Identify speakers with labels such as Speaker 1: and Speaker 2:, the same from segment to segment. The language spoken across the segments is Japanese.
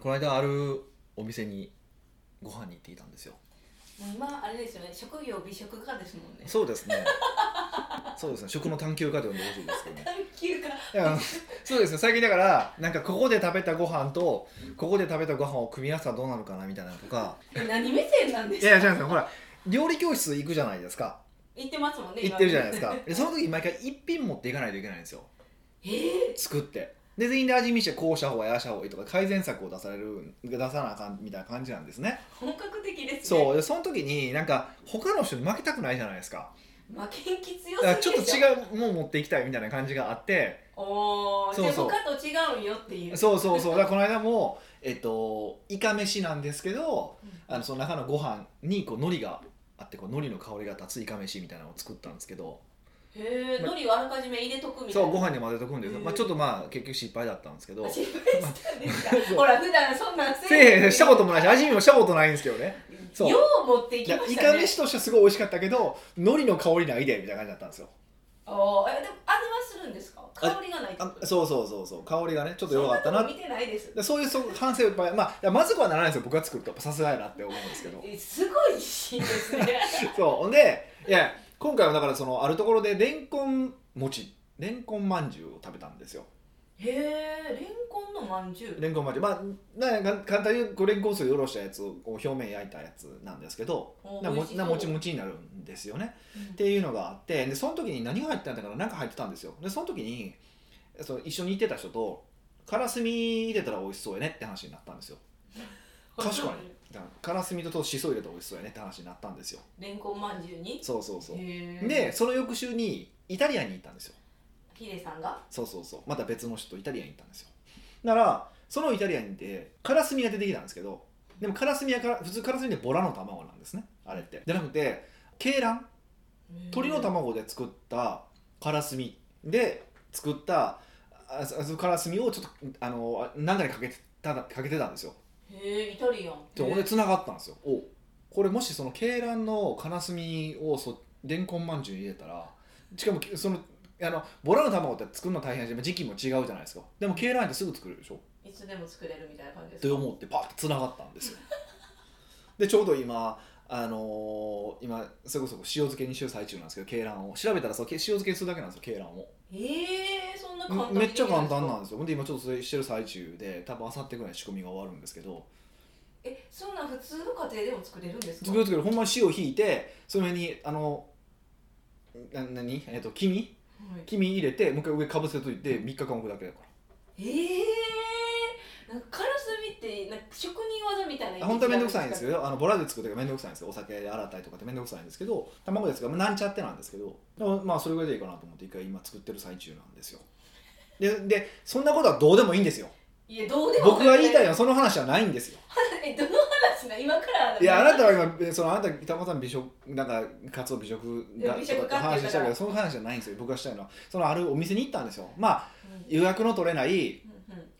Speaker 1: この間あるお店にご飯に行っていたんですよ
Speaker 2: もう今あれですよね職業美食家ですもんね
Speaker 1: そうですね そうですね食の探求家で呼んでほしいですけどね
Speaker 2: 探求家
Speaker 1: いやあのそうですね最近だからなんかここで食べたご飯とここで食べたご飯を組み合わせたらどうなるかなみたいなのとか
Speaker 2: え何目線なんで
Speaker 1: い
Speaker 2: す
Speaker 1: やいや違うんで
Speaker 2: か
Speaker 1: すよほら料理教室行くじゃないですか
Speaker 2: 言ってますもんね
Speaker 1: 行ってるじゃないですすかでその時毎回一品持っていかないといけないんですよ
Speaker 2: えー、
Speaker 1: 作ってで全員で味見してこうした方がやあした方がいいとか改善策を出される出さなあかんみたいな感じなんですね
Speaker 2: 本格的ですね
Speaker 1: そうでその時になんか他の人に負けたくないじゃないですか
Speaker 2: 負けん気強
Speaker 1: だから
Speaker 2: す
Speaker 1: ちょ
Speaker 2: ぎ
Speaker 1: っ
Speaker 2: でし
Speaker 1: と
Speaker 2: ょ
Speaker 1: 違うもん持っていきたいみたいな感じがあって
Speaker 2: おお
Speaker 1: そうそう
Speaker 2: じゃあ他と違うんよっていう
Speaker 1: そうそうそうだからこの間もえっといかめしなんですけどあのその中のご飯にこう海苔があってこう海苔の香りが立ついかめしみたいなのを作ったんですけど
Speaker 2: へえ海苔をあらかじめ入れとくみたい
Speaker 1: そ
Speaker 2: な
Speaker 1: うご飯に混ぜとくんですよ、
Speaker 2: うん
Speaker 1: まあ、ちょっとまあ結局失敗だったんですけど
Speaker 2: あ失敗した んですかほら普段そんなんせえへん
Speaker 1: せえしたこともないし味見もしたことないんですけどねそう
Speaker 2: よう持ってい
Speaker 1: い
Speaker 2: きま
Speaker 1: や
Speaker 2: し
Speaker 1: い
Speaker 2: た
Speaker 1: か
Speaker 2: ね
Speaker 1: めしとしてはすごい美味しかったけど海苔の香りないでみたいな感じだったんですよ
Speaker 2: おーえでも味はするんですか香りがないってこ
Speaker 1: あ
Speaker 2: と
Speaker 1: そうそうそうそう香りがねちょっと
Speaker 2: そん
Speaker 1: 弱か
Speaker 2: な
Speaker 1: ったなっ
Speaker 2: とこ
Speaker 1: て
Speaker 2: 見てないです
Speaker 1: でそういうそう反省はいっぱいまあいやまずくはならないですよ僕が作るとやっぱさすがやなって思うんですけど
Speaker 2: えすごいシーンですね
Speaker 1: そうほんでいや今回はだからそのあるところでレンコン餅レンコンまんじゅうを食べたんですよ
Speaker 2: へえレンコンのまんじゅう
Speaker 1: レンコンまんじゅうまあなんか簡単に言うとレンコン水でおろしたやつを表面焼いたやつなんですけど
Speaker 2: お
Speaker 1: なも
Speaker 2: 美味しそう
Speaker 1: なもちもちになるんですよね
Speaker 2: うん
Speaker 1: っていうのがあってでその時に何が入ってたんだから何か入ってたんですよでその時にその一緒に行ってた人と「からすみ入れたら美味しそうやね」って話になったんですよ確かにだからからすみとしそ入れたら美味しそうやねって話になったんですよ
Speaker 2: レンコンまんじゅうに
Speaker 1: そうそうそう
Speaker 2: へえ
Speaker 1: でその翌週にイタリアに行ったんですよ
Speaker 2: ヒデさんが
Speaker 1: そうそうそうまた別の人とイタリアに行ったんですよならそのイタリアにいてからすみが出てきたんですけどでもからすみはから普通からすみってボラの卵なんですねあれってじゃなくて鶏卵鶏の卵で作ったからすみで作ったあそそからすみをちょっとあの何かにかけてただかけてたんですよ
Speaker 2: へえイタリアン
Speaker 1: で俺繋がったんですよおこれもしその鶏卵のからすみをそれんこんまんじゅうに入れたらしかもそのあのボラの卵って作るの大変だし時期も違うじゃないですかでも鶏卵ってすぐ作れるでしょ
Speaker 2: いつでも作れるみたいな感じで
Speaker 1: っ
Speaker 2: す
Speaker 1: て
Speaker 2: か
Speaker 1: 思ってパッとつながったんですよでちょうど今あのー今それこそ塩漬けにしてる最中なんですけど鶏卵を調べたらそうけ塩漬けにするだけなんですよ鶏卵を
Speaker 2: ええそんな簡単に
Speaker 1: めっちゃ簡単なん
Speaker 2: ん
Speaker 1: ですよほんで今ちょっとそれしてる最中で多分あさってぐらい仕込みが終わるんですけど
Speaker 2: えそんなん普通の家庭でも作れるんですか
Speaker 1: 作る時ほんまに塩引いてその辺にあのな何えっと黄身
Speaker 2: はい
Speaker 1: 黄身入れてもう一回上かぶせといて3日間置くだけだか
Speaker 2: ええなんかからすみってなんか職人技みたい
Speaker 1: ら
Speaker 2: な
Speaker 1: 本当はめんどくさいんです
Speaker 2: よ
Speaker 1: けどあのボラで作る時はめんどくさいんですよお酒で洗ったりとかってめんどくさいんですけど卵ですからまあなんちゃってなんですけどでもまあそれぐらいでいいかなと思って一回今作ってる最中なんですよででそんなことはどうでもいいんですよ
Speaker 2: いやどうでも
Speaker 1: 僕が言いたいの
Speaker 2: よ
Speaker 1: はその話はないん ですよ
Speaker 2: えどの話な今から
Speaker 1: いやあなた
Speaker 2: は
Speaker 1: は今えそのあなたたまたま美食なんかカツオ美食が
Speaker 2: 美食家
Speaker 1: とかって話した
Speaker 2: っ
Speaker 1: け
Speaker 2: ていう
Speaker 1: ど
Speaker 2: か
Speaker 1: その話じゃないんですよ僕がしたいのはそのあるお店に行ったんですよまあ予約の取れない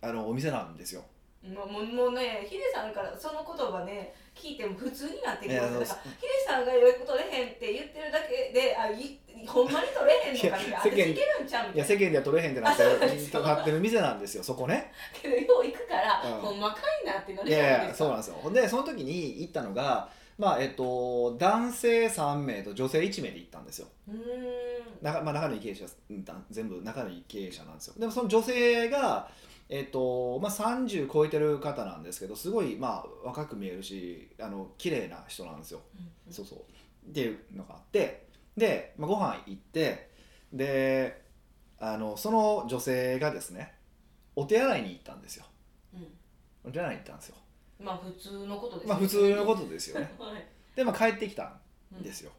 Speaker 1: あのお店なんですよ
Speaker 2: もうもうもうねヒデさんからその言葉ね聞いても普通になってきま
Speaker 1: いや
Speaker 2: す
Speaker 1: そう
Speaker 2: だからヒデさんが予約取れへんって言ってるだけであいほんまに取れへんのかみたいな
Speaker 1: 世
Speaker 2: 私
Speaker 1: 間
Speaker 2: いけるんちゃうみ
Speaker 1: い
Speaker 2: た
Speaker 1: や
Speaker 2: いな
Speaker 1: 世間では取れへんってなって
Speaker 2: うなんですよ
Speaker 1: 買ってる店なんですよそこ ね
Speaker 2: けどよう行くから、
Speaker 1: うん
Speaker 2: ほんまかいなってなる
Speaker 1: い
Speaker 2: じゃな
Speaker 1: や
Speaker 2: い
Speaker 1: い
Speaker 2: で
Speaker 1: や
Speaker 2: す
Speaker 1: そうな
Speaker 2: か
Speaker 1: んですよほんでその時に行ったのがまあえっと男性3名と女性1名で行ったんですよ
Speaker 2: うー
Speaker 1: 中,、まあ、中の経営者うんだ全部中の経営者なんですよでもその女性が、えっとまあ、30超えてる方なんですけどすごい、まあ、若く見えるしあの綺麗な人なんですよ、
Speaker 2: ん
Speaker 1: そうそうっていうのがあってで、まあ、ご飯行ってであのその女性がですねお手洗いに行ったんですよ
Speaker 2: うん
Speaker 1: お手洗いに行ったんですよ
Speaker 2: まあ普通のことです
Speaker 1: まあ普通のことですよね
Speaker 2: はい
Speaker 1: で、まあ、帰ってきたん
Speaker 2: うん
Speaker 1: ですよ。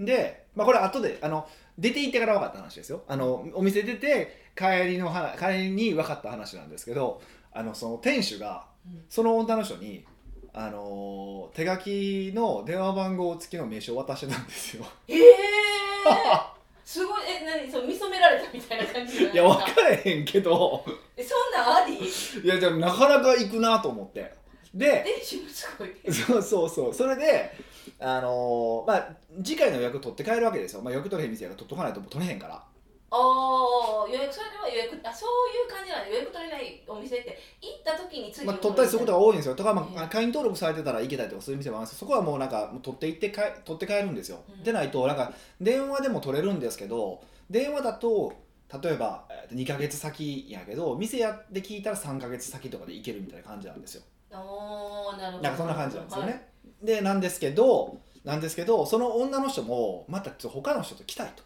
Speaker 1: で、まあ、これ後であの出て行ってから分かった話ですよ。あのお店出て帰りの話帰りに分かった話なんですけどあのその店主が
Speaker 2: うん
Speaker 1: その女の人に、あのー手書きの電話番号付きの名刺を渡してたんです よ。
Speaker 2: ええ すごいえ何そう見初められたみたいな感じじゃない
Speaker 1: いや
Speaker 2: です
Speaker 1: 分
Speaker 2: か
Speaker 1: からへんけど
Speaker 2: えそんなんあり
Speaker 1: いやじゃあなかなか行くなと思って。で
Speaker 2: 電子もすごい
Speaker 1: そうそうそうそれであのーまあ次回の予約取って帰るわけですよ、まあ、予約取れへん店やから取っとかないともう取れへんから
Speaker 2: ああ予約それでは予約あそういう感じなの予約取れないお店って行った時に次
Speaker 1: まあ、取ったりすることが多いんですよとか、ま
Speaker 2: う
Speaker 1: あ、
Speaker 2: ん
Speaker 1: 会員登録されてたら行けたりとかそういう店もあるんですけどそこはもうなんかもう取って行ってかえ取って帰るんですよ、
Speaker 2: うん
Speaker 1: でないとなんか電話でも取れるんですけど電話だと例えば2ヶ月先やけど店やって聞いたら3ヶ月先とかで行けるみたいな感じなんですよ
Speaker 2: おーなるほど
Speaker 1: なんかそんな感じなんですよね、でなんですけどなんですけどその女の人もまたちょっと他の人と来たいと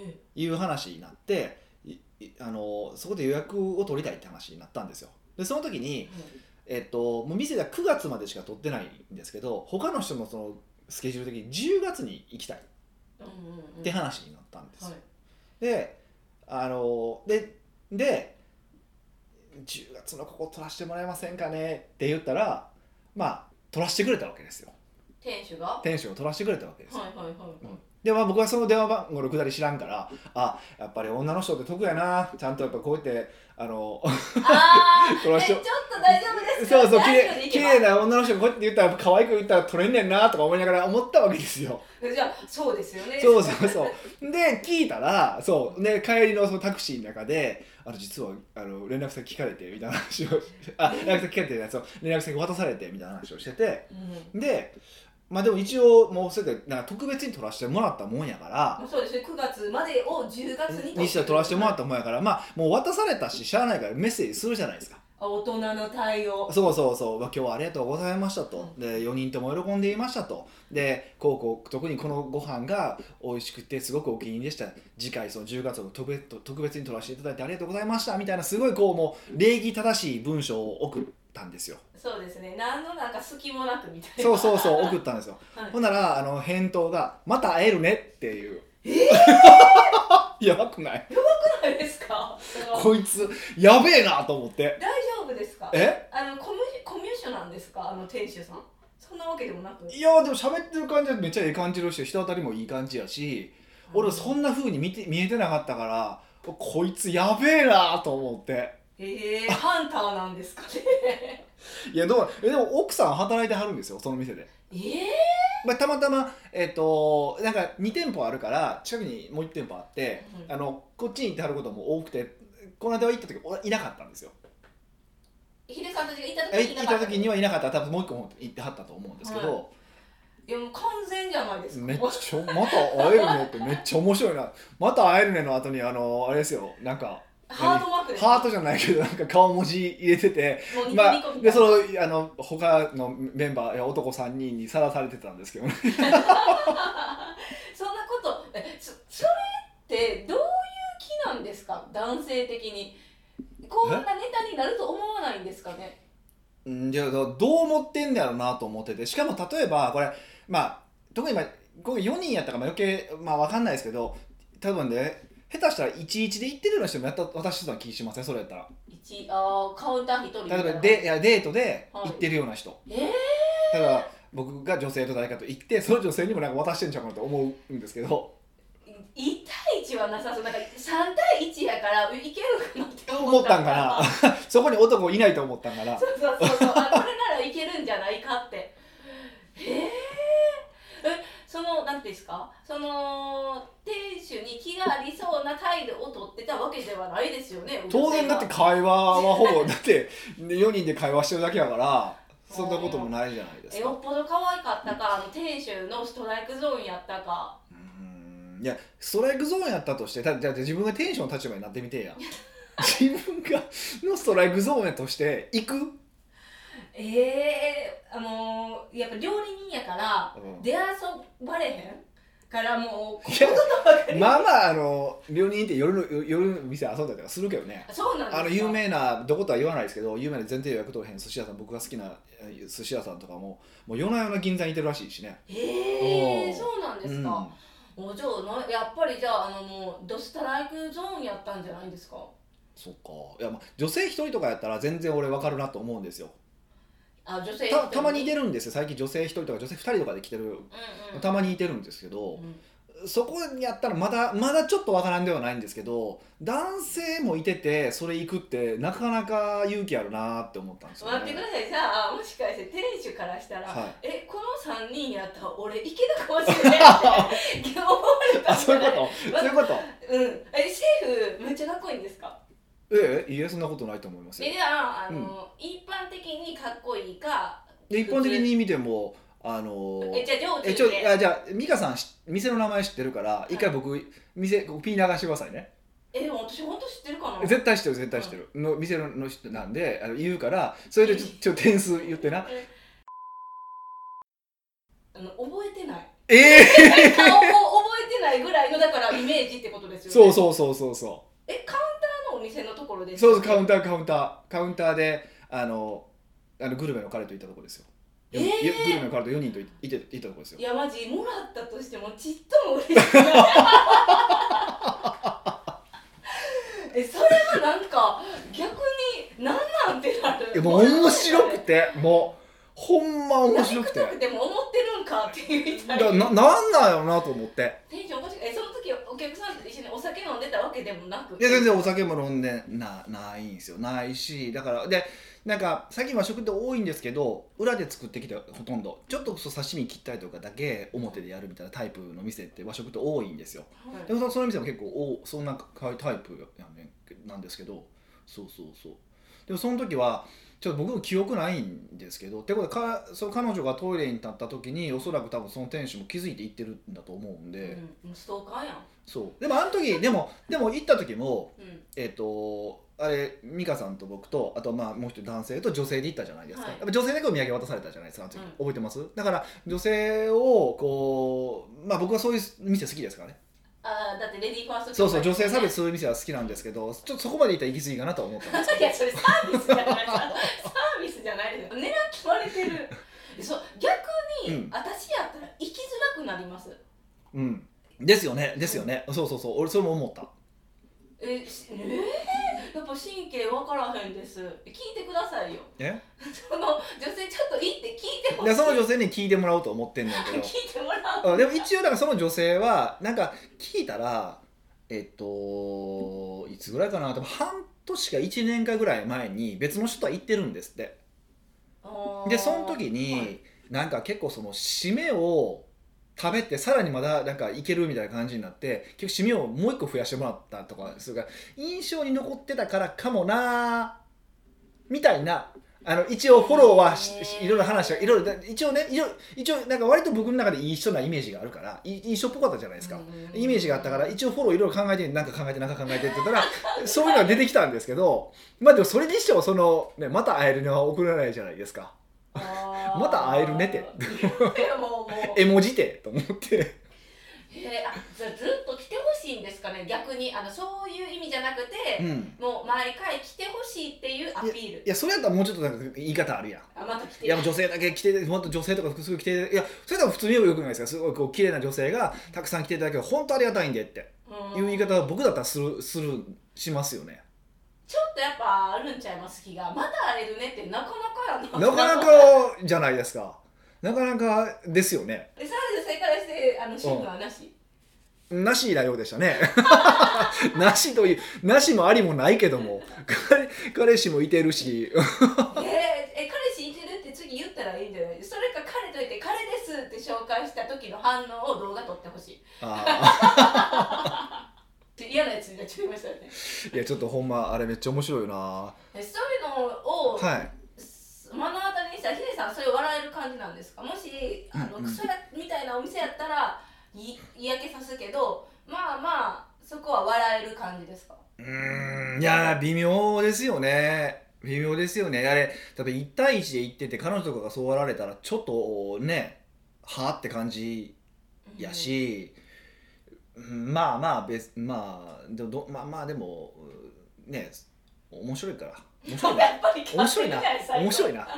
Speaker 2: はい、へ
Speaker 1: いう話になっていいあのそこで予約を取りたいって話になったんですよでその時に、え
Speaker 2: え
Speaker 1: っと、もう店では9月までしか取ってないんですけど他の人のそのスケジュール的に10月に行きたいっ
Speaker 2: うんうんうん
Speaker 1: て話になったんですよ、
Speaker 2: はい
Speaker 1: であのでで10月のここ取らせてもらえませんかねって言ったらまあ取らせてくれたわけですよ
Speaker 2: 店主がは
Speaker 1: 店主が取らせてくれたわけで
Speaker 2: い
Speaker 1: すよ、
Speaker 2: はいはい
Speaker 1: うんでまあ、僕はその電話番号のくだり知らんからあやっぱり女の人って得やなちゃんとやっぱこうやってあ の
Speaker 2: あー
Speaker 1: この人
Speaker 2: えちょっと大丈夫です
Speaker 1: そうそう綺
Speaker 2: ラジオ
Speaker 1: 麗
Speaker 2: に
Speaker 1: 綺
Speaker 2: 行けば
Speaker 1: 麗な女の人がこうやって言ったら可愛く言ったら取れんねんなとか思いながら思ったわけですよ。
Speaker 2: じゃあそうですよね
Speaker 1: そうそうそう。で聞いたらそうね帰りのそのタクシーの中であの実はあの連絡先聞かれてみたいな話を あ連絡先聞かれてやつを連絡先渡されてみたいな話をしてて
Speaker 2: うん、
Speaker 1: でまあでも一応もうそれでなんか特別に取らせてもらったもんやから
Speaker 2: もうそうですね9月までを10月に
Speaker 1: にしては取らせてもらったたもんやからまあもう渡されたししゃあないからメッセージするじゃないですか。
Speaker 2: 大人の対応
Speaker 1: そうそうそう、まあ、今日はありがとうございましたと、
Speaker 2: う
Speaker 1: で4人とも喜んでいましたとでこうこう特にこのご飯が美味しくてすごくお気に入りでした次回その10月を特別特別に取らせていただいてありがとうございましたみたいなすごいこうもう礼儀正しい文章を送ったんですよ
Speaker 2: そうですね何のなんか隙もなくみたいな
Speaker 1: そうそうそう送ったんですよ
Speaker 2: はい
Speaker 1: ほんならあの返答が「また会えるね」っていう
Speaker 2: え
Speaker 1: やばくない
Speaker 2: ー、ないですかその
Speaker 1: こいつやべえなと思って
Speaker 2: 大丈夫ですか
Speaker 1: え
Speaker 2: あのコミュコミュ障なんですかあの店主さんそんなわけでもなく
Speaker 1: いやでも喋ってる感じはめっちゃええ感じるし人当たりもいい感じやし俺そんな風に見て見えてなかったからこいつやべえなと思って
Speaker 2: えー、ハンターなんですかね
Speaker 1: いやでもえでも奥さん働いてはるんですよその店で、
Speaker 2: えー、
Speaker 1: まあ、たまたまえっ、となんか2店舗あるから近くにもう1店舗あって、
Speaker 2: うん
Speaker 1: あのこっちに行ってはることも多くてこの間は行った時俺いなかったんですよ
Speaker 2: ヒデさんたちがいた
Speaker 1: え
Speaker 2: 時
Speaker 1: 行った時に
Speaker 2: は
Speaker 1: はいなかったら多分もう1個も行ってはったと思うんですけど、
Speaker 2: はいいやもう完全じゃないですか
Speaker 1: めっちゃ「また会えるね」ってめっちゃ面白いな「また会えるね」の後にあのあれですよなんか
Speaker 2: ハートマークです
Speaker 1: ハートじゃないけどなんか顔文字入れてて
Speaker 2: もうニコ
Speaker 1: ま
Speaker 2: ニコ
Speaker 1: あ、
Speaker 2: み
Speaker 1: で
Speaker 2: たい
Speaker 1: そ
Speaker 2: な、
Speaker 1: のあの他のメンバーいや男3人にさらされてたんですけどね
Speaker 2: そんなことえそそれってどういう気なんですか男性的にこんなネタになると思わないんですかね
Speaker 1: うんいやどう思ってんだろうなと思っててしかも例えばこれまあ特に今今回4人やったからまあ余計まあ分かんないですけど多分ね下手したら11で行ってるような人もやった渡してた気しませんそれやったら
Speaker 2: 一あーカウンター一人みたい
Speaker 1: 例え
Speaker 2: な
Speaker 1: ばでいやデートで行ってるような人、
Speaker 2: えー
Speaker 1: だから僕が女性と誰かと行ってその女性にもなんか渡してんちゃうかなと思うんですけど
Speaker 2: 1対1はなさそうなんか3対1やからいけるかなって
Speaker 1: 思ったんかな そこに男いないと思ったんかな
Speaker 2: そうそうそうそうあこれならいけるんじゃないかってへええそのなんていうんですかその店主に気がありそうな態度を取ってたわけではないですよね
Speaker 1: 当然だって会話はほぼだって4人で会話してるだけやからそんなこともないじゃないで
Speaker 2: え
Speaker 1: す
Speaker 2: よ
Speaker 1: か
Speaker 2: っぽど可愛かったかあの店主のストライクゾーンやったか
Speaker 1: うんいやストライクゾーンやったとしてだだって自分がテンションの立場になってみてや 自分がのストライクゾーンやとして行く、
Speaker 2: ええあのーやっぱ料理人やから出遊ばれへんからもう
Speaker 1: いやまあまああの料人って夜の夜夜店遊んだりとかするけどね
Speaker 2: そうなんですか
Speaker 1: あの有名などことは言わないですけど有名な全然予約取れへん寿司屋さん僕が好きなえー寿司屋さんとかももう夜な夜な銀座にいてるらしいしね
Speaker 2: え
Speaker 1: おう
Speaker 2: ー、そうなんです
Speaker 1: うん
Speaker 2: か、おじゃあなやっぱりじゃああのもうドストライクゾーンやったんじゃないですか
Speaker 1: そっかいや、まあ、女性一人とかやったら全然俺分かるなと思うんですよ
Speaker 2: あ女性
Speaker 1: たたまにいて
Speaker 2: る
Speaker 1: るんですよ最近女性一人とか女性二人とかで来てる
Speaker 2: うんうん
Speaker 1: たまにいてるんですけど
Speaker 2: うん
Speaker 1: そこにやったらまだまだちょっと分からんではないんですけど男性もいててそれ行くってなかなか勇気あるなって思ったんですよ、ね、
Speaker 2: 待ってくださいさあもしかして店主からしたら、
Speaker 1: はい
Speaker 2: えこの3人やったら俺いけたかもしれないって思われた
Speaker 1: あ
Speaker 2: んじ
Speaker 1: そう
Speaker 2: ゃ
Speaker 1: いう
Speaker 2: ない
Speaker 1: ことそういうこと
Speaker 2: うんえシェフめっちゃかっこいいんですか
Speaker 1: ええいいえそんなことないと思いますよ
Speaker 2: えじゃああの、一般的にかっこいいか
Speaker 1: で一般的に見てもあの
Speaker 2: えじゃあ
Speaker 1: え
Speaker 2: 上
Speaker 1: ちょ
Speaker 2: 中で
Speaker 1: あじゃあ美香さんし店の名前知ってるから一回僕店ここピー流してくださいね
Speaker 2: えでも私本当知ってるかな
Speaker 1: 絶対知ってる絶対知ってるの店のの人なんであの言うからそれでちょちょっと点数言ってな
Speaker 2: えあの覚えてない
Speaker 1: ええ
Speaker 2: 顔を覚えてないぐらいのだからイメージってことですよ
Speaker 1: そ
Speaker 2: ね
Speaker 1: うそうそうそうそう
Speaker 2: えカウンターのお店のところです
Speaker 1: そうそうカ
Speaker 2: か
Speaker 1: ウンターカウンターカウンターであのあのグルメの彼と行ったとこですよ、
Speaker 2: えー
Speaker 1: よグルメの彼と4人と行って行ったとこですよ
Speaker 2: いやマジもらったとしてもちっとも嬉しくないえそれはなんか逆になんなんてなる
Speaker 1: いやもう面白くてもうほんま面白くて
Speaker 2: なくても思ってるんかっていうみた
Speaker 1: だ
Speaker 2: い
Speaker 1: な
Speaker 2: な
Speaker 1: なんなんやろなと思って
Speaker 2: テンションおかしくえその時お客さんと一緒にお酒飲んでたわけでもなく
Speaker 1: いや全然お酒も飲んでなないんですよないしだからでなんか最近和食って多いんですけど裏で作ってきてほとんどちょっとそう刺身切ったりとかだけ表でやるみたいなタイプの店って和食って多いんですよ
Speaker 2: はい
Speaker 1: でもそその店も結構おそんなタイプやねんなんですけどそうそうそうでもその時はちょっと僕も記憶ないんですけどってことでかその彼女がトイレに立った時におそらく多分その店主も気づいて行ってるんだと思うんで、
Speaker 2: うん、ストーカーやん、
Speaker 1: そうでもあの時でもでも行った時も
Speaker 2: うん、
Speaker 1: えっ、とあれ美香さんと僕とあとまあもう一人男性と女性で行ったじゃないですか、
Speaker 2: はい
Speaker 1: やっぱ女性でこうお土産渡されたじゃないですかあの時
Speaker 2: うん
Speaker 1: 覚えてますだから女性をこうまあ僕はそういう店好きですからね
Speaker 2: あーだってレディーファースト
Speaker 1: そうそう女性差別
Speaker 2: い
Speaker 1: そういう店は好きなんですけどちょっとそこまでいったら行き過ぎかなとは思ったんですけ
Speaker 2: やそれサービスじゃないサービスじゃないですよ狙決まれてるえそう逆に、
Speaker 1: うん
Speaker 2: 私やったら生きづらくなります
Speaker 1: ど、うん、ですよねですよねそうそうそう俺それも思った
Speaker 2: えしえー、やっぱ神経わからへんです聞いてくださいよ
Speaker 1: え
Speaker 2: その女性ちょっといいって聞いてほし
Speaker 1: で
Speaker 2: い
Speaker 1: その女性に聞いてもらおうと思ってんねんけど
Speaker 2: 聞いてもらおう
Speaker 1: あでも一応だからその女性はなんか聞いたらえっといつぐらいかな多分半年か1年かぐらい前に別の人とは行ってるんですって
Speaker 2: あー
Speaker 1: でその時
Speaker 2: は
Speaker 1: に
Speaker 2: い
Speaker 1: なんか結構その締めを食べてさらにまだなんかいけるみたいな感じになって結局締めをもう一個増やしてもらったとかするから印象に残ってたからかもなーみたいなあの一応フォローはし
Speaker 2: へー
Speaker 1: しいろいろ話はいろいろ一応ねいろいろ一応なんか割と僕の中でいい人なイメージがあるからいいい人っぽかったじゃないですか。イメージがあったから一応フォローいろいろ考えてなんか考えてなんか考えてって言ったらそういうのが出てきたんですけどまあでもそれにしてもその、ね、また会えるのは送らないじゃないですか
Speaker 2: あー
Speaker 1: また会えるねて
Speaker 2: いやもうもう
Speaker 1: 絵文字でと思って
Speaker 2: えーあじゃあずっと来てほしいんですかね逆にあのそういう意味じゃなくて、
Speaker 1: ん
Speaker 2: もう毎回来てほしいっていうアピール
Speaker 1: いやそれやったらもうちょっとなんか言い方あるやん
Speaker 2: あまた来て
Speaker 1: いやもう女性だけ来てもっと女性とかすぐ来ていやそれでも普通によくないですかすごいこう綺麗な女性がたくさん来ていただけど本当ありがたいんでって
Speaker 2: う
Speaker 1: いうん言い方は僕だったらするするしますよね
Speaker 2: ちょっとやっぱあるんちゃいます気がまた会えるねってなかなかやな
Speaker 1: なかなかじゃないですかなかなかですよね
Speaker 2: え30歳からしてあのシーンはなし、
Speaker 1: なしなようでしたね なしというなしもありもないけども彼彼氏もいてるし
Speaker 2: えーえ彼氏いてるって次言ったらいいんじゃないそれか彼といて彼ですって紹介した時の反応を動画撮ってほしい
Speaker 1: あ
Speaker 2: ちょ嫌なやつになっちゃいましたよね
Speaker 1: ーいやちょっとほんまあれめっちゃ面白いよなは
Speaker 2: えそういうのを、
Speaker 1: い
Speaker 2: す目の当たりにしたらヒデさんそれ笑える感じなんですかもしあの
Speaker 1: うんうん
Speaker 2: クソやみたいなお店やったらい嫌気さすけどまあまあそこは笑える感じですか
Speaker 1: うーんいやー微妙ですよね微妙ですよねあれ例えば1対1で行ってて彼女とかがそうられたらちょっとねはあって感じや、し、うんまあまあ別まあでもどまあまあでもうんね面白いから面
Speaker 2: う
Speaker 1: 白い
Speaker 2: ん
Speaker 1: な
Speaker 2: やっぱり
Speaker 1: 面
Speaker 2: 勝手
Speaker 1: 白い
Speaker 2: に
Speaker 1: な
Speaker 2: や最後
Speaker 1: 面白いな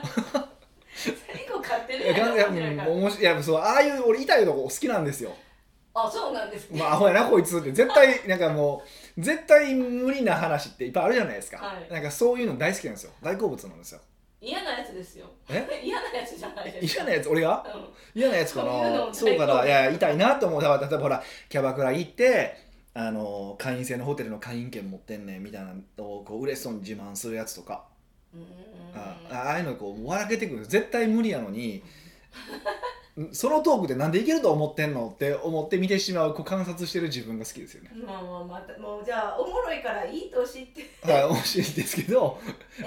Speaker 2: 最後買って
Speaker 1: い
Speaker 2: る
Speaker 1: や
Speaker 2: や
Speaker 1: が
Speaker 2: ん
Speaker 1: いや
Speaker 2: 面白いから
Speaker 1: うん面白いいやそうああいう俺痛いとこ好きなんですよ
Speaker 2: あそうなんです
Speaker 1: まあアホやなこいつって絶対なんかもう絶対無理な話っていっぱいあるじゃないですか、
Speaker 2: はい
Speaker 1: なんかそういうの大好きなんですよ大好物なんですよ
Speaker 2: 嫌なやつですよ
Speaker 1: え
Speaker 2: 嫌なやつじゃないです
Speaker 1: 嫌
Speaker 2: か
Speaker 1: なやつ俺が
Speaker 2: うん
Speaker 1: 嫌なやつか
Speaker 2: そういうの
Speaker 1: な
Speaker 2: も
Speaker 1: そうか
Speaker 2: 大
Speaker 1: な
Speaker 2: 好
Speaker 1: い
Speaker 2: き
Speaker 1: や痛いなと思うだから例えばほらキャバクラ行ってあの会員制のホテルの会員券持ってんねんみたいなのをこう嬉しそうに自慢するやつとか、
Speaker 2: うーん
Speaker 1: ああああいうのこう笑けてくる絶対無理やのにうんそのトークでなんでいけると思ってんのって思って見てしまうこう観察してる自分が好きですよね
Speaker 2: まあまあまたもうじゃあおもろいからいい年って、
Speaker 1: はい面白いですけど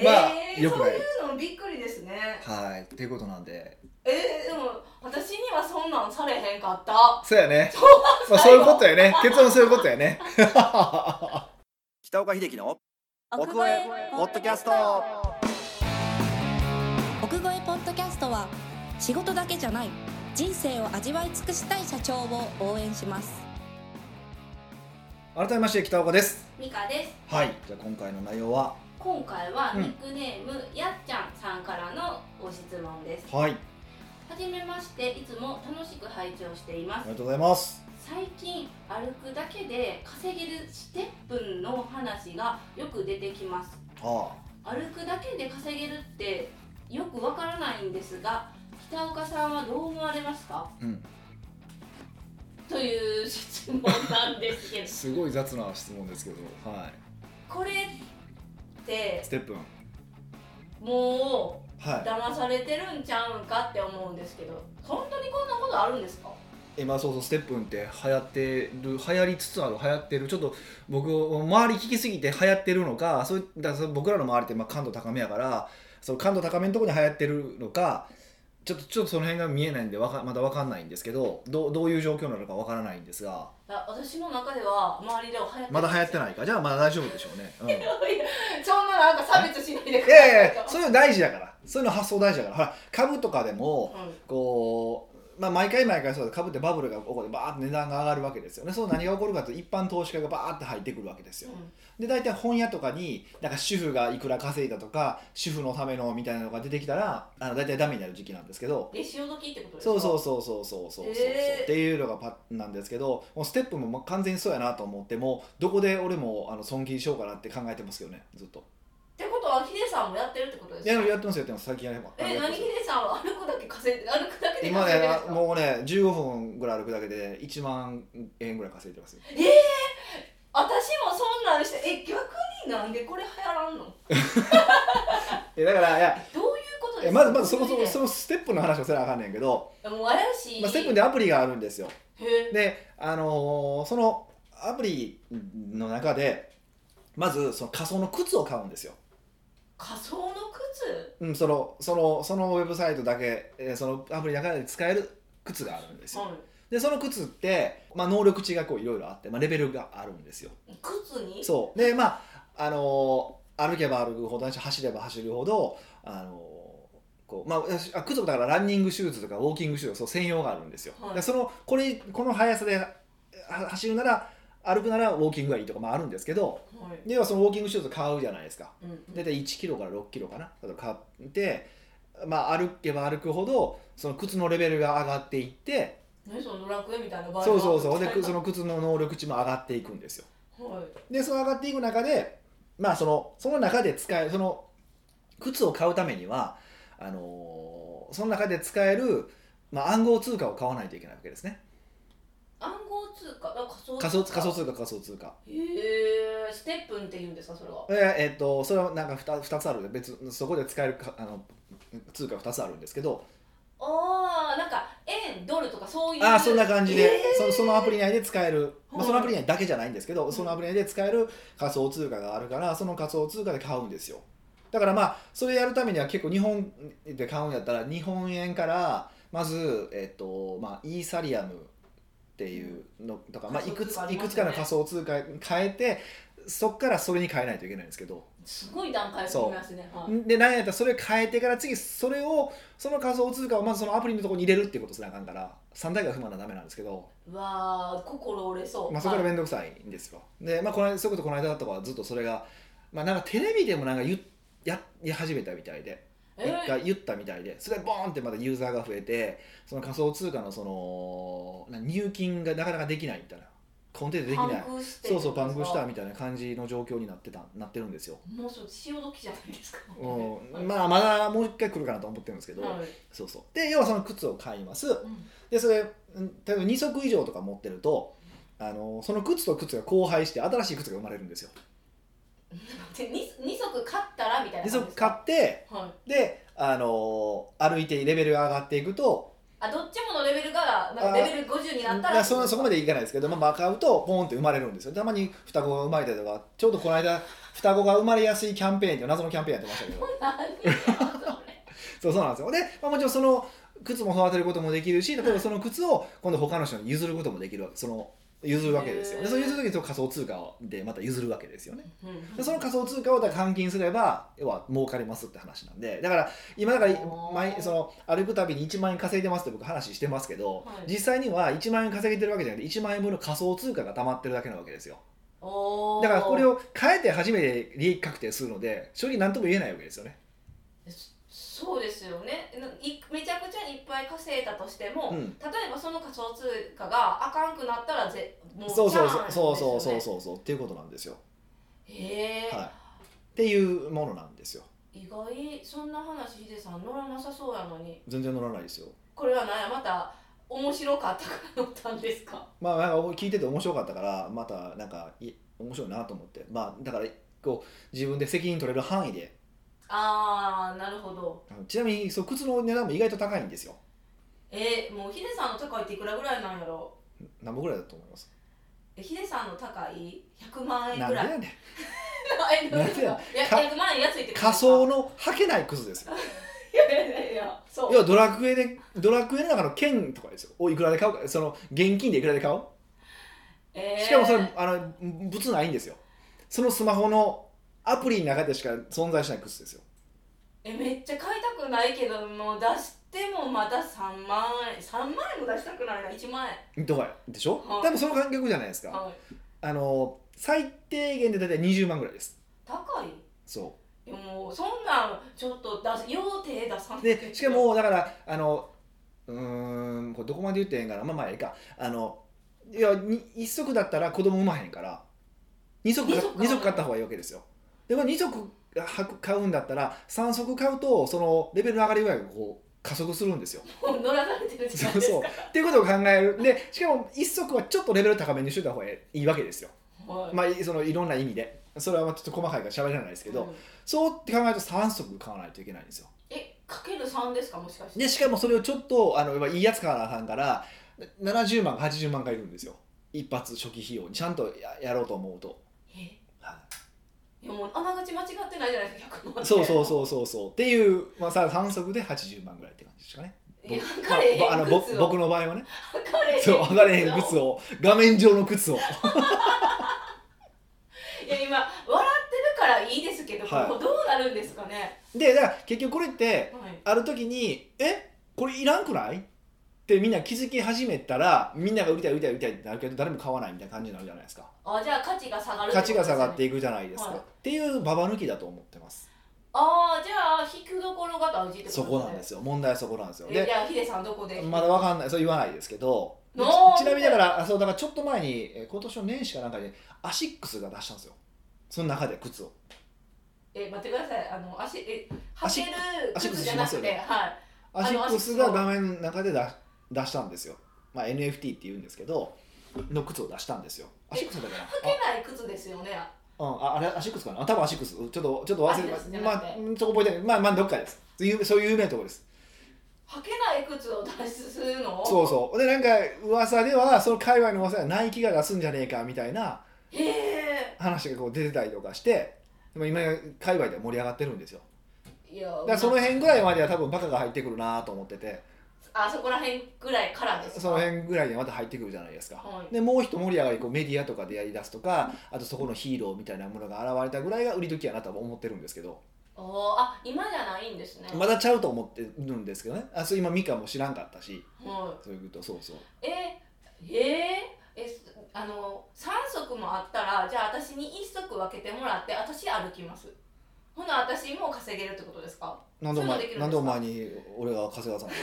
Speaker 1: まあ
Speaker 2: えー
Speaker 1: よくない
Speaker 2: そういうのびっくりですね
Speaker 1: はいっていうことなんで
Speaker 2: えー、でも私にはそんなんされへんかった
Speaker 1: そうやねまあ、そういうことや ね結論そういうことやね 北岡秀樹の奥越えポッドキャスト
Speaker 3: 奥越えポッドキャストは仕事だけじゃない人生を味わい尽くしたい社長を応援します
Speaker 1: 改めまして北岡です
Speaker 2: ミカです
Speaker 1: はいじゃあ今回の内容は
Speaker 2: 今回は
Speaker 1: うん
Speaker 2: ニックネーム、やっちゃんさんからのご質問です
Speaker 1: はいあ
Speaker 2: はじめましていつも楽しく拝聴しています
Speaker 1: りがとうございます
Speaker 2: 最近歩くだけで稼げるステップンの話がよく出てきます
Speaker 1: は
Speaker 2: 歩くだけで稼げるってよくわからないんですが北岡さんはどう思われますか
Speaker 1: あうん
Speaker 2: という質問なんです けど
Speaker 1: すごい雑な質問ですけどは
Speaker 2: これって
Speaker 1: いステップン
Speaker 2: もう
Speaker 1: は
Speaker 2: 騙されてるんちゃうんかって思うんですけど本当にこんなことあるんですか
Speaker 1: い今そうそうステップンって流行ってる流行りつつある流行ってるちょっと僕周り聞きすぎて流行ってるのかそういだから僕らの周りってまあ感度高めやからその感度高めのところに流行ってるのかちょっとちょっとその辺が見えないんでわかまだわかんないんですけどどうどういう状況なのかわからないんですが
Speaker 2: あ私の中では周りでは流行って
Speaker 1: まだ流行って
Speaker 2: ない
Speaker 1: ないかじゃあまだ大丈夫でしょうね、うん、い
Speaker 2: そんななんか差別しないでください
Speaker 1: やいやそういうの大事だからそういうの発想大事だからほら株とかでも
Speaker 2: うん
Speaker 1: こう、まあ、毎回毎回そうだ株ってバブルが起こってバーッと値段が上がるわけですよねそう何が起こるかというと一般投資家がバーッて入ってくるわけですよで大体本屋とかになんか主婦がいくら稼いだとか主婦のためのみたいなのが出てきたらあの大体ダメになる時期なんですけど
Speaker 2: うん、で潮時ってことですか
Speaker 1: そうそうそうそうそうそうそう、
Speaker 2: えー
Speaker 1: っていうのがパッなんですけどもうステップももう完全にそうやなと思ってもうどこで俺もあの損切りしようかなって考えてますけどねずっと
Speaker 2: ってことはヒデさんもやってるってことです
Speaker 1: い
Speaker 2: か
Speaker 1: ややってますよやってます最近やれば
Speaker 2: え何ヒデさんは歩くだけ稼いで歩くだけで
Speaker 1: 今
Speaker 2: 稼いで
Speaker 1: ね
Speaker 2: るんですか
Speaker 1: もうね15分ぐらい歩くだけで1万円ぐらい稼いでますよ
Speaker 2: 私もそんなんしてえ逆になんでこれ流行らんのどう
Speaker 1: えだからいや
Speaker 2: いうことで
Speaker 1: え
Speaker 2: すか
Speaker 1: まずまずそもそも
Speaker 2: マジ
Speaker 1: そのステップの話をせなあかんねんけど、
Speaker 2: でもう怪しい、
Speaker 1: まあ、ステップでアプリがあるんですよ
Speaker 2: へえ
Speaker 1: であのーそのアプリの中でまずその仮想の靴を買うんですよ、
Speaker 2: 仮想の靴
Speaker 1: うん、そのそのそのウェブサイトだけ、えーそのアプリの中で使える靴があるんですよ
Speaker 2: う
Speaker 1: でその靴って、まあ、能力値がこういろいろあって、まあ、レベルがあるんですよ
Speaker 2: ん靴に
Speaker 1: そうでまああのー歩けば歩くほど走れば走るほどあのーこうまあ私あ靴とかだからランニングシューズとかウォーキングシューズそう専用があるんですよ、
Speaker 2: はい
Speaker 1: でそのこれこの速さでは走るなら歩くならウォーキングがいいとかもあるんですけど
Speaker 2: はい
Speaker 1: ではそのウォーキングシューズ買うじゃないですか
Speaker 2: うん
Speaker 1: 大体1キロから6キロかなだと買って、まあ、歩けば歩くほどその靴のレベルが上がっていって
Speaker 2: ねそのドラクエみたいな場合
Speaker 1: そうそうそうでそ
Speaker 2: の、
Speaker 1: の靴の能力値も上がっていくんですよ
Speaker 2: はい、
Speaker 1: でその上がっていく中でまあそのその中で使えその靴を買うためにはあのーその中で使える、まあ、暗号通貨を買わないといけないわけですね
Speaker 2: 暗号通貨だから仮想
Speaker 1: 仮想仮想通貨仮想通貨
Speaker 2: へえステップンって言うんですかそれは
Speaker 1: えーえっとそれはなんか 2, つあるんで別そこで使えるかあの通貨2つあるんですけど
Speaker 2: ああなんか円ドルとかそういう
Speaker 1: あーそんな感じで、
Speaker 2: え
Speaker 1: そそのアプリ内で使える、まあ、
Speaker 2: はい
Speaker 1: そのアプリ内だけじゃないんですけど、
Speaker 2: ん
Speaker 1: そのアプリ内で使える仮想通貨があるからその仮想通貨で買うんですよだからまあそれやるためには結構日本で買うんやったら日本円からまずえっとまあイーサリアムっていうのとか、まあ、いく
Speaker 2: 仮想
Speaker 1: つ
Speaker 2: 通貨あ
Speaker 1: い
Speaker 2: りますよね
Speaker 1: くつかの仮想通貨に変えてそっからそれに変えないといけないんですけど
Speaker 2: ーすごい段階を踏みますねはい
Speaker 1: で何やったらそれ変えてから次それをその仮想通貨をまずそのアプリのところに入れるっていうことすなあかんから3台が踏まなダメなんですけど。
Speaker 2: うわあ心折れそう
Speaker 1: まあ、そこから
Speaker 2: はい
Speaker 1: 面倒くさいんですよ。で、まあ、この間そういうことこの間とかはずっとそれが、まあ、なんかテレビでもなんか言っやや始めたみたいで
Speaker 2: え
Speaker 1: 一回言ったみたいでそれでボーンってまたユーザーが増えてその仮想通貨のそのな入金がなかなかできないみたいなコンテンツできない
Speaker 2: パンクして
Speaker 1: そうそうパンクしたみたいな感じの状況になってたなってるんですよ。
Speaker 2: もうそう潮時じゃないですか
Speaker 1: うん、まあまだもう一回来るかなと思ってるんですけど、
Speaker 2: はい
Speaker 1: そうそうで要はその靴を買います
Speaker 2: うん
Speaker 1: でそれうん例えば2足以上とか持ってるとあのその靴と靴が交配して新しい靴が生まれるんですよ
Speaker 2: で二二足買ったらみたい
Speaker 1: で
Speaker 2: な
Speaker 1: そこ
Speaker 2: 感じです
Speaker 1: 買
Speaker 2: か
Speaker 1: って
Speaker 2: はい
Speaker 1: であの歩いてレベルが上がっていくと
Speaker 2: あどっちものなんかレベル50になった
Speaker 1: いや
Speaker 2: ら
Speaker 1: そん なそこまでいかないですけど、まあ、マカウとポーンって生まれるんですよたまに双子が生まれたりとかちょうどこの間双子が生まれやすいキャンペーンっていう謎のキャンペーンやってましたけ ど
Speaker 2: 何よそ
Speaker 1: そ
Speaker 2: れ
Speaker 1: うそうなんですよで、まあ、もちろんその靴も育てることもできるし例えばその靴を今度他の人に譲ることもできるわけその譲るわけですよでその譲る時にその仮想通貨でまた譲るわけですよね
Speaker 2: うん
Speaker 1: でその仮想通貨をだから換金すれば要は儲かりますって話なんでだから今だから
Speaker 2: おー
Speaker 1: 毎その歩くたびに1万円稼いでますって僕話してますけど、
Speaker 2: はい
Speaker 1: 実際には1万円稼げてるわけじゃなくて1万円分の仮想通貨が溜まってるだけなわけですよ
Speaker 2: おー
Speaker 1: だからこれを変えて初めて利益確定するので正直何とも言えないわけですよね、
Speaker 2: そそうですよねないめちゃくちゃいっぱい稼いだとしても、
Speaker 1: うん
Speaker 2: 例えばその仮想通貨があかんくなったらぜもう
Speaker 1: そうそう
Speaker 2: チャ
Speaker 1: そ
Speaker 2: ーン
Speaker 1: うそうそう
Speaker 2: ですよ
Speaker 1: そうそうそ
Speaker 2: ね
Speaker 1: うっていうことなんですよ、
Speaker 2: へえ、
Speaker 1: はい、っていうものなんですよ
Speaker 2: 意外そんな話ヒデさん乗らなさそうやのに
Speaker 1: 全然乗らないですよ
Speaker 2: これは何やまた面白かったから乗ったんですか
Speaker 1: まあなんか聞いてて面白かったからまたなんかい面白いなと思ってまあだからこう自分で責任取れる範囲で
Speaker 2: ああなるほど
Speaker 1: あのちなみにそう靴の値段も意外と高いんですよ
Speaker 2: えー、もうヒデさんの高いっていくらぐらいなんやろ
Speaker 1: 何本ぐらいだと思います
Speaker 2: えヒデさんの高い100万円
Speaker 1: なん
Speaker 2: ぐ
Speaker 1: で
Speaker 2: らい
Speaker 1: やねん
Speaker 2: えどうですかい
Speaker 1: なん
Speaker 2: や
Speaker 1: か
Speaker 2: 100万円安いってことですか
Speaker 1: 仮想の履けない靴ですよ
Speaker 2: いやいやいやいやそう
Speaker 1: 要はドラクエでドラクエの中の剣とかですよをいくらで買うかその現金でいくらで買う、
Speaker 2: えー
Speaker 1: しかもそれあの物ないんですよそのスマホのアプリの中でしか存在しない靴ですよ
Speaker 2: えめっちゃ買いたくないけどもう出してもまだ3万円3万円も出したくないな1万円
Speaker 1: とかでしょ、
Speaker 2: はい
Speaker 1: 多分その感覚じゃないですか
Speaker 2: はい
Speaker 1: あの最低限で大体20万ぐらいです
Speaker 2: 高い
Speaker 1: そ
Speaker 2: いやもうそんなんちょっと出す用手出さな
Speaker 1: う
Speaker 2: い
Speaker 1: でしかもだからあのうーんこれどこまで言ってへんかなまあまあええかあのいやに一足だったら子供産まへんから二足
Speaker 2: 二足買う
Speaker 1: 二足買った方がいいわけですよでも二足履く買うんだったら三足買うとそのレベルの上がり具合がこう加速するんですよ
Speaker 2: もう乗らされてるじゃないですか
Speaker 1: そうっていうことを考えるでしかも一足はちょっとレベル高めにしといた方がいいわけですよ
Speaker 2: はい
Speaker 1: まあいそのいろんな意味でそれはまあちょっと細かいから喋らないですけど、
Speaker 2: うん
Speaker 1: そうって考えると3足買わないといけないんですよ
Speaker 2: えかける3ですかもしかして
Speaker 1: でしかもそれをちょっとあのまあいいやつ買わなあかんから70万か80万かいるんですよ一発初期費用にちゃんとややろうと思うと、
Speaker 2: え
Speaker 1: はい
Speaker 2: やもうあながち間違ってないじゃないですか100万
Speaker 1: い、そうそう
Speaker 2: う
Speaker 1: そうそうそうっていう、まあ、さ3足で80万ぐらいって感じですかね
Speaker 2: いや
Speaker 1: 僕
Speaker 2: 彼へん
Speaker 1: まああのぼ
Speaker 2: 靴を
Speaker 1: 僕の場合はね
Speaker 2: 彼
Speaker 1: そう上がれへん靴を画面上の靴を
Speaker 2: いや今笑ってるからいいですけど、
Speaker 1: はい
Speaker 2: もうどうなるんですかね
Speaker 1: でだから結局これって
Speaker 2: はい
Speaker 1: ある時に「えこれいらんくない?」ってみんな気づき始めたらみんなが売りたい売りたい売りたいってなるけど誰も買わないみたいな感じになるじゃないですか
Speaker 2: あじゃあ価値が下がる
Speaker 1: 価値が下がって
Speaker 2: い
Speaker 1: いくじゃないですか、
Speaker 2: はい
Speaker 1: っていうババ抜きだと思ってます
Speaker 2: ああじゃあ引くどころが大事ってこと
Speaker 1: そこなんですよ問題はそこなんですよ
Speaker 2: ねえじ
Speaker 1: で
Speaker 2: ゃあヒデさんどこで
Speaker 1: まだわかんないそう言わないですけどで
Speaker 2: なんで
Speaker 1: ちちなみにだからあそうだからちょっと前にえー今年の年始かなんかにアシックスが出したんですよその中で靴を
Speaker 2: え待ってくださいあの足え
Speaker 1: 足
Speaker 2: 履ける
Speaker 1: 足
Speaker 2: 靴じゃなく
Speaker 1: 足
Speaker 2: て、
Speaker 1: 靴し
Speaker 2: はい
Speaker 1: アシックス
Speaker 2: あ
Speaker 1: が
Speaker 2: の
Speaker 1: 画面の中で出出したんですよ、まあ、NFT って言うんですけどの靴を出したんですよアシックスだから
Speaker 2: 履けない靴ですよね
Speaker 1: うん、ああれアシックスかな多分アシックスちょっとちょっと忘れて
Speaker 2: アシックスじゃ
Speaker 1: ま
Speaker 2: なくて
Speaker 1: あうんそこ覚えてないまあまあどっかです有そういう有名なとこです
Speaker 2: 履けない靴を脱出するのを
Speaker 1: そうそうでなんか噂ではその界隈の噂ではナイキが出すんじゃねえかみたいな
Speaker 2: へえ
Speaker 1: 話がこう出てたりとかしてでも今界隈では盛り上がってるんですよ
Speaker 2: いや
Speaker 1: だからその辺ぐらいまでは多分バカが入ってくるなと思ってて
Speaker 2: あそこら辺ぐらいからですか
Speaker 1: その辺ぐらいでまた入ってくるじゃないですか、
Speaker 2: はい
Speaker 1: でもう一盛り上がりこうメディアとかでやりだすとかあとそこのヒーローみたいなものが現れたぐらいが売り時やなとは思ってるんですけど
Speaker 2: おーあ今じゃないんですね、
Speaker 1: まだちゃうと思ってるんですけどねあそう今ミカも知らんかったし
Speaker 2: は
Speaker 1: そういうことそうそう
Speaker 2: い、えー、えー、えすあの3足もあったらじゃあ私に1足分けてもらって私歩きますほな私も稼げるってことですか
Speaker 1: なんでお
Speaker 2: そういうので
Speaker 1: 前
Speaker 2: きるんですか
Speaker 1: なんでお前に俺が稼がさんの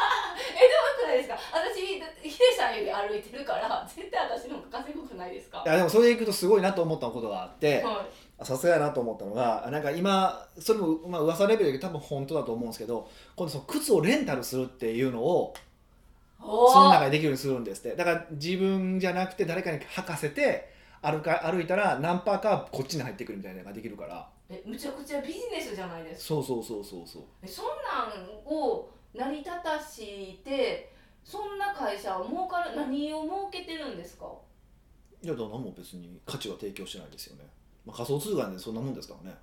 Speaker 2: くないですか私だヒデさんより歩いてるから絶対私の方が稼ぐことないですか
Speaker 1: いやでもそれでいくとすごいなと思ったことがあって
Speaker 2: は
Speaker 1: あさすがやなと思ったのがなんか今それもまあ噂レベルで多分本当だと思うんですけど今度その靴をレンタルするっていうのを
Speaker 2: い、お
Speaker 1: その
Speaker 2: ー
Speaker 1: 中でできるようにするんですってだから自分じゃなくて誰かに履かせて歩か歩いたら何パーかこっちに入ってくるみたいなのができるから
Speaker 2: えむちゃくちゃビジネスじゃないですか
Speaker 1: そうそうそうそうそう
Speaker 2: えそんなんを成り立たしてそんな会社は儲かる何を儲けてるんですか
Speaker 1: いやだから何も別に価値は提供してないですよね、まあ、仮想通貨でそんなもんですからね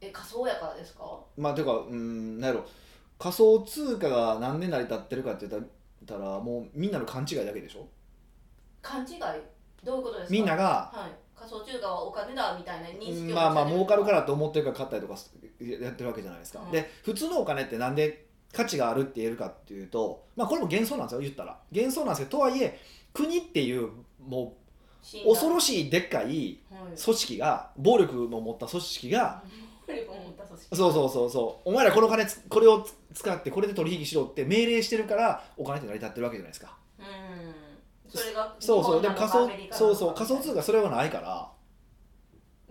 Speaker 2: え仮想やからですか
Speaker 1: まあてかうーんなんやろ仮想通貨が何年成り立ってるかって言ったらもうみんなの勘違いだけでしょ
Speaker 2: 勘違いどういうことですか
Speaker 1: みんなが
Speaker 2: はい、仮想中華はお金だみたいな認識を
Speaker 1: まあまあ
Speaker 2: 持
Speaker 1: 儲
Speaker 2: って
Speaker 1: か
Speaker 2: る
Speaker 1: るからと思ってるから買ったりとかすやってるわけじゃないですか、
Speaker 2: うん
Speaker 1: で普通のお金ってなんで価値があるって言えるかっていうとまあこれも幻想なんですよ言ったら幻想なんですけどとはいえ国っていうも
Speaker 2: 死ん
Speaker 1: う
Speaker 2: だ
Speaker 1: 恐ろしいでっかい
Speaker 2: はい
Speaker 1: 組織が暴力も持った組織が
Speaker 2: 暴力を持った組織
Speaker 1: そうそうそうそうお前らこの金つこれをつ使ってこれで取引しろって命令してるからお金って成り立ってるわけじゃないですか
Speaker 2: うんそれが
Speaker 1: そうそう
Speaker 2: 日
Speaker 1: で
Speaker 2: 本
Speaker 1: も仮
Speaker 2: なのかア
Speaker 1: 想
Speaker 2: メリカなの
Speaker 1: そ
Speaker 2: か
Speaker 1: うそう仮想通貨それはないから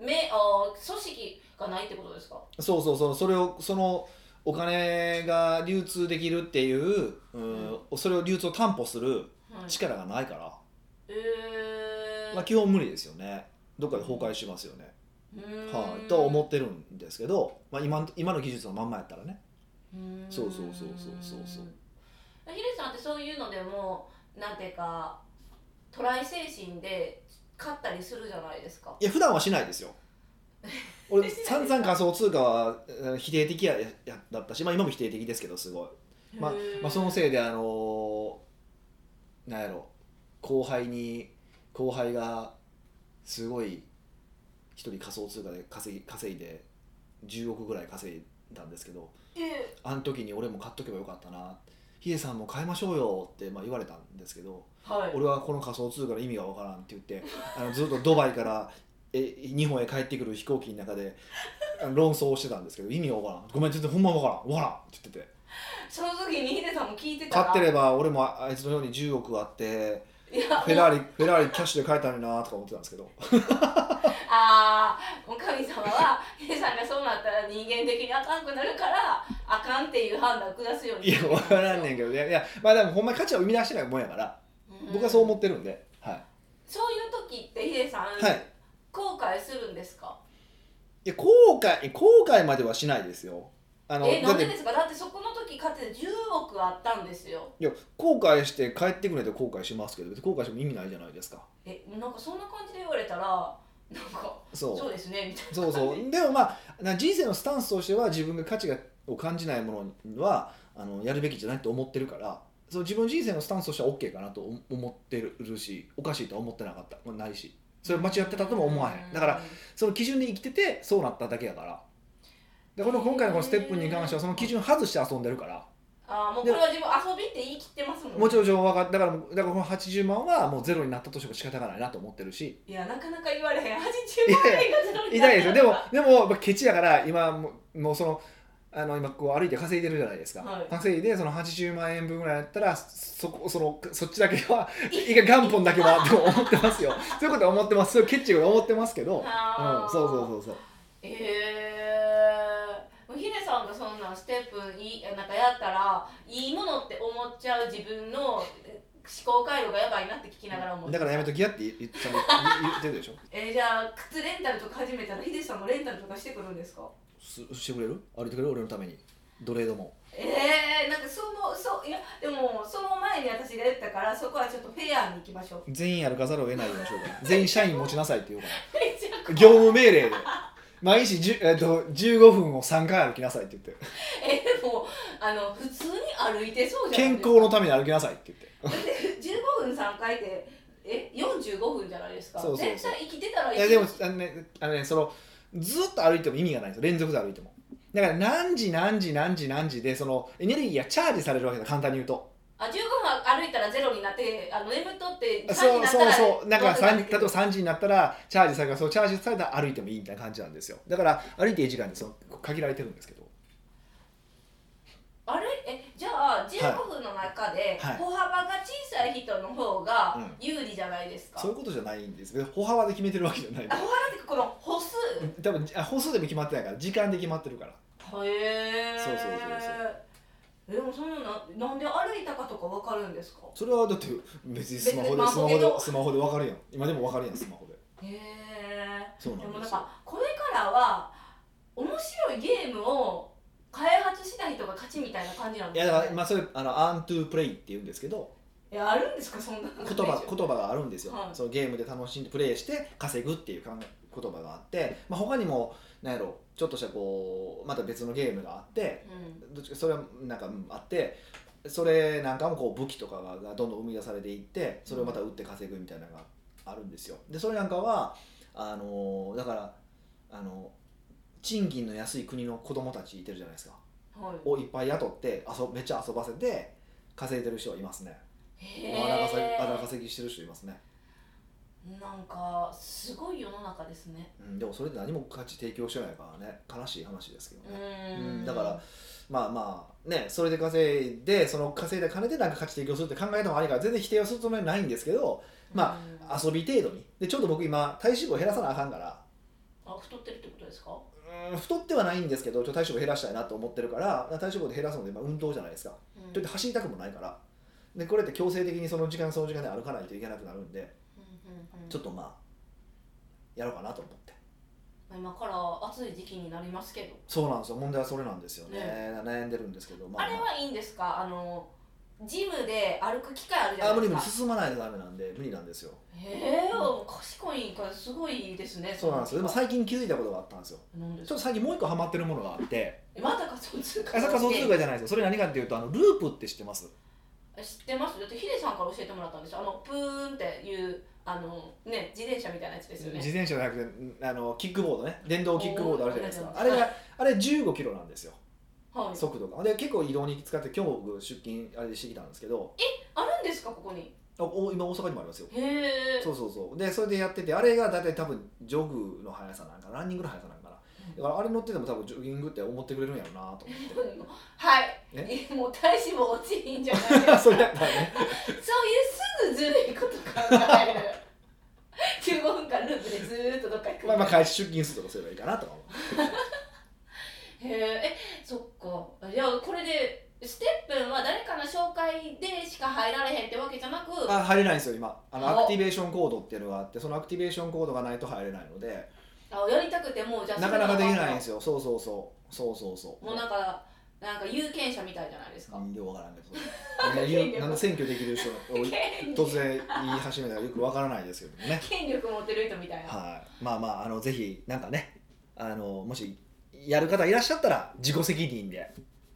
Speaker 2: めあー組織がないってことですか
Speaker 1: そうそうそうそれをそのお金が流通できるっていう、うんそれを流通を担保する
Speaker 2: はい
Speaker 1: 力がないから、
Speaker 2: えー
Speaker 1: まあ、基本無理ですよねどっかで崩壊しますよね、
Speaker 2: うーん
Speaker 1: はい、と思ってるんですけど、まあ、今の今の技術のまんまやったらね
Speaker 2: うーん
Speaker 1: そうそうそうそうそうそう
Speaker 2: ヒデさんってそういうのでもなんていうかトライ精神で勝ったりするじゃないですか
Speaker 1: いや普段はしないですよ 俺散々仮想通貨はえー否定的ややだったし、まあ、今も否定的ですけどすごい、まあまあ、その
Speaker 2: い
Speaker 1: せいであのーなんやろ後輩に後輩がすごい一人仮想通貨で稼ぎ稼いで10億ぐらい稼いだんですけど
Speaker 2: え
Speaker 1: あの時に俺も買っとけばよかったなヒデさんも買いましょうよってまあ言われたんですけど
Speaker 2: はい
Speaker 1: 俺はこの仮想通貨の意味がわからんって言ってあのずっとドバイからえ日本へ帰ってくる飛行機の中であの論争をしてたんですけど意味がわからんごめん全然ほんまわからんわからんって言ってて
Speaker 2: その時にヒデさんも聞いてた
Speaker 1: 買
Speaker 2: ら
Speaker 1: ってれば俺もああいつのように10億あって
Speaker 2: いや
Speaker 1: フェラーリフェラーリキャッシュで買えたのになとか思ってたんですけ ど
Speaker 2: ああもう神様はヒデさんがそうなったら人間的にあかんくなるからあかんっていう判断を下すように
Speaker 1: いやわからんねん
Speaker 2: ん、
Speaker 1: けどいやいやまあでもほんまに価値を生み出してないもんやから僕はそう思ってるんで、は
Speaker 2: そういう時ってヒデさん、
Speaker 1: い、はい、
Speaker 2: 後悔するんですか
Speaker 1: いや後悔後悔まではしないですよあの
Speaker 2: え
Speaker 1: だ
Speaker 2: な
Speaker 1: っ
Speaker 2: ん
Speaker 1: て
Speaker 2: でですかだってそこの時勝って10億あったんですよ
Speaker 1: いや後悔して帰ってくれて後悔しますけど別に後悔しても意味ないじゃないですか
Speaker 2: えなんかそんな感じで言われたらなんか
Speaker 1: そう
Speaker 2: そうですねみたいな
Speaker 1: そうそうでもまあな人生のスタンスとしては自分が価値がを感じないものはあのやるべきじゃないと思ってるからそう自分の人生のスタンスとしては OK かなと思思ってるしおかしいとは思ってなかったないしそれ間違ってたとも思わへんだからその基準で生きててそうなっただけやからでこの今回のこのステップに関してはその基準外して遊んでるから
Speaker 2: あーもうこれは自分遊びって言い切ってますもん
Speaker 1: もちろん情報は分かだからだからこの80万はもうゼロになったとしても仕方がないなと思ってるし
Speaker 2: いやなかなか言われへん80万円がゼロにな
Speaker 1: 痛いですよでも
Speaker 2: は
Speaker 1: でもやっぱケチやから今もうもうそのあの今こう歩いて稼いでるじゃないですか、
Speaker 2: はい
Speaker 1: 稼いでその80万円分ぐらいやったらそこそのそっちだけは一回元本だけはと思ってます よそういうことは思ってますそういうケチを思ってますけど、うん、
Speaker 2: あー
Speaker 1: そうそうそうそう
Speaker 2: えー、ヒデさんがそんなステップいいなんかやったらいいものって思っちゃう自分の思考回路がやばいなって聞きながら思って
Speaker 1: だ
Speaker 2: た
Speaker 1: からやめときやって言っちゃう言言ってるでしょ
Speaker 2: えーじゃあ靴レンタルとか始めたらヒデさんもレンタルとかしてくるんですか
Speaker 1: すしてくれる歩いてくれる俺のために奴隷ども
Speaker 2: えー、なんかそのそういやでもその前に私が言ったからそこはちょっとフェアに行 きましょう
Speaker 1: 全員やるかざるを得ないようにしようかな全員社員持ちなさいって言うから
Speaker 2: めちゃくち
Speaker 1: 業
Speaker 2: ゃ
Speaker 1: 務命令で毎日じゅ、えっと15分を3回歩きなさいって言って
Speaker 2: えーでもあの普通に歩いてそうじゃない
Speaker 1: 健
Speaker 2: ですか
Speaker 1: 康のために歩きなさいって言って
Speaker 2: だって15分3回でえ45分じゃないですか
Speaker 1: そうそうそう
Speaker 2: 絶対生きてたら
Speaker 1: いやでもあのねあのねそのずっと歩いても意味がないんですよ連続で歩いてもだから何時何時何時何時でそのエネルギーがチャージされるわけだ簡単に言うと
Speaker 2: あ15分歩いたらゼロになってあの眠っとって3に
Speaker 1: そう
Speaker 2: なっ
Speaker 1: そう
Speaker 2: た
Speaker 1: そうだから
Speaker 2: ら
Speaker 1: 3例えば3時になったらチャージされるからそうチャージされたら歩いてもいいみたいな感じなんですよだから歩いていい時間でその限られてるんですけど
Speaker 2: あれえじゃあ15分の中で
Speaker 1: はい
Speaker 2: 歩幅が小さい人の方が
Speaker 1: うん
Speaker 2: 有利じゃないですか、
Speaker 1: そういうことじゃないんですけど歩幅で決めてるわけじゃない
Speaker 2: あ歩幅っていうかこの歩数
Speaker 1: 多分あ歩数でも決まってないから時間で決まってるから
Speaker 2: へえ
Speaker 1: そうそうそう
Speaker 2: でもそのななんで歩いたかとかわかるんですか
Speaker 1: それはだって別にスマホで
Speaker 2: 別に
Speaker 1: スマホ
Speaker 2: まあ
Speaker 1: でスマホで分かるやん今でも分かるやんスマホで
Speaker 2: へえ
Speaker 1: そう
Speaker 2: で
Speaker 1: なん
Speaker 2: も
Speaker 1: で
Speaker 2: なん
Speaker 1: すよ
Speaker 2: かこれからは面白いゲームを開発した人が勝ちみたいな感じなん
Speaker 1: い
Speaker 2: で
Speaker 1: や
Speaker 2: す
Speaker 1: だ
Speaker 2: か
Speaker 1: からまあそれあのアントゥプレイって言うんですけど
Speaker 2: いやあるんですかそんな
Speaker 1: 言葉言葉があるんですよ、
Speaker 2: はい
Speaker 1: そのゲームで楽しんでプレイして稼ぐっていう考え言葉があって、まあ、他にもなんやろちょっとしたこうまた別のゲームがあって
Speaker 2: うん
Speaker 1: どっちかそれはなんかうんあってそれなんかもこう武器とかがどんどん生み出されていってそれをまた打って稼ぐみたいなのがあるんですよでそれなんかはあのだからあの賃金の安い国の子供たちいてるじゃないですか
Speaker 2: はい
Speaker 1: をいっぱい雇って遊めっちゃ遊ばせて稼いでる人いますね
Speaker 2: へ
Speaker 1: 荒稼ぎ荒
Speaker 2: え
Speaker 1: 稼ぎしてる人いますね
Speaker 2: なんかすごい世の中ですね
Speaker 1: うん、でもそれで何も価値提供してないからね悲しい話ですけどね、
Speaker 2: う
Speaker 1: うん
Speaker 2: ん
Speaker 1: だからまあまあねそれで稼いでその稼いだ金でなんか価値提供するって考えたのもありから全然否定はするつもりはないんですけどま
Speaker 2: あ
Speaker 1: 遊び程度にでちょっと僕今体脂肪減らさなあかんから、
Speaker 2: あ太ってるってことですか
Speaker 1: うん、太ってはないんですけどちょっと体脂肪減らしたいなと思ってるから体脂肪で減らすので今運動じゃないですか
Speaker 2: うん
Speaker 1: といって走りたくもないからでこれって強制的にその時間その時間で歩かないといけなくなるんで
Speaker 2: うんうんうん
Speaker 1: ちょっとまあやろうかなと思って。
Speaker 2: まあ今から暑い時期になりますけど
Speaker 1: そうなんですよ問題はそれなんですよね、
Speaker 2: ね
Speaker 1: 悩んでるんですけど、ま
Speaker 2: あれはいいんですかあのジムで歩く機会あるじゃ
Speaker 1: あ
Speaker 2: な
Speaker 1: 無
Speaker 2: い
Speaker 1: 理
Speaker 2: で
Speaker 1: 無
Speaker 2: す
Speaker 1: 理
Speaker 2: か
Speaker 1: 進まないとダメなんで無理なんですよ
Speaker 2: へえ賢いからすごいですね
Speaker 1: そうなんですよでも最近気づいたことがあったんですよ
Speaker 2: なんで
Speaker 1: ち
Speaker 2: す
Speaker 1: ょっと
Speaker 2: か
Speaker 1: 最近もう一個ハマってるものがあって
Speaker 2: えまた仮想通貨
Speaker 1: あそれ仮想通貨じゃないですよそれ何かっていうとあのループって知ってます
Speaker 2: 知ってますだってヒデさんから教えてもらったんですよあのプーンっていうあのね自転車みたいなやつですよ
Speaker 1: 自
Speaker 2: ね
Speaker 1: 転車じゃなくてんあのキックボードね電動キックボードあるじゃないです
Speaker 2: お
Speaker 1: か
Speaker 2: ー
Speaker 1: あれがあれ15キロなんですよ
Speaker 2: はい
Speaker 1: 速度がで結構移動に使って今日僕出勤あれでしてきたんですけど
Speaker 2: あるんですかここに
Speaker 1: あお今大阪にもありますよ
Speaker 2: へえ
Speaker 1: そうそうそうでそれでやっててあれが大体多分ジョグの速さなんかなランニングの速さなんかなだからあれ乗ってても多分ジョギングって思ってくれるんやろうなと思って
Speaker 2: はい もう体脂肪落ちひんじゃ ないですか
Speaker 1: それやったらね
Speaker 2: そういうすぐずるいこと考える 15分間ループでずーっとどっか行く
Speaker 1: まあまあ開始出勤するとかすればいいかなとか思
Speaker 2: へーえそっかじゃあこれでステップンは誰かの紹介でしか入られへんってわけじゃなく
Speaker 1: うあ入れないんですよ今あの
Speaker 2: お
Speaker 1: アクティベーションコードっていうのがあってそのアクティベーションコードがないと入れないので
Speaker 2: あやりたくてもうじゃあ
Speaker 1: なかなかできないんですすよそうそうそうそうそうそう
Speaker 2: もうなんかなんか有権者みたいじゃないですか、
Speaker 1: うんようわからんけどそれいや言うなんで選挙できる人 を
Speaker 2: 権
Speaker 1: 突然言い始めたらよくわからないですけどね
Speaker 2: 権力持ってる人みたいな、
Speaker 1: はい、まあまああのぜひなんかねあのもしやる方いらっしゃったら自己責任で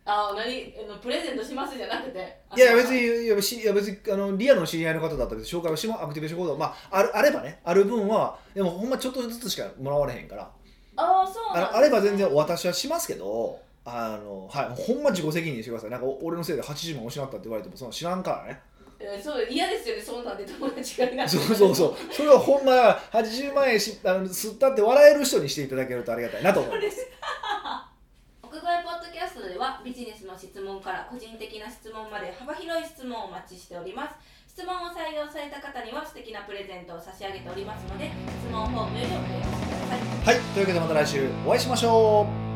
Speaker 2: あ何あのプレゼントしますじゃなくて
Speaker 1: いやいや別にいやしいや別にあのリアルの知り合いの方だったら別に紹介をしもアクティベーション行動、まあ、あるあればねある分はでもほんまちょっとずつしかもらわれへんから
Speaker 2: ああそう
Speaker 1: あ
Speaker 2: なん
Speaker 1: のあれば全然お渡しはしますけどあの、はい、ほんま自己責任にしてくださいなんかお俺のせいで80万失ったって言われてもそんな知らんからね
Speaker 2: えーそう嫌ですよねそんなんで友達がいない
Speaker 1: そうそう
Speaker 2: う
Speaker 1: そうそれはほんま80万円しあの吸ったって笑える人にしていただけるとありがたいな と思います
Speaker 2: 屋外ポッドキャストではビジネスの質問から個人的な質問まで幅広い質問をお待ちしております質問を採用された方には素敵なプレゼントを差し上げておりますので質問フォームよりお願いしてください
Speaker 1: はいというわけでまた来週お会いしましょう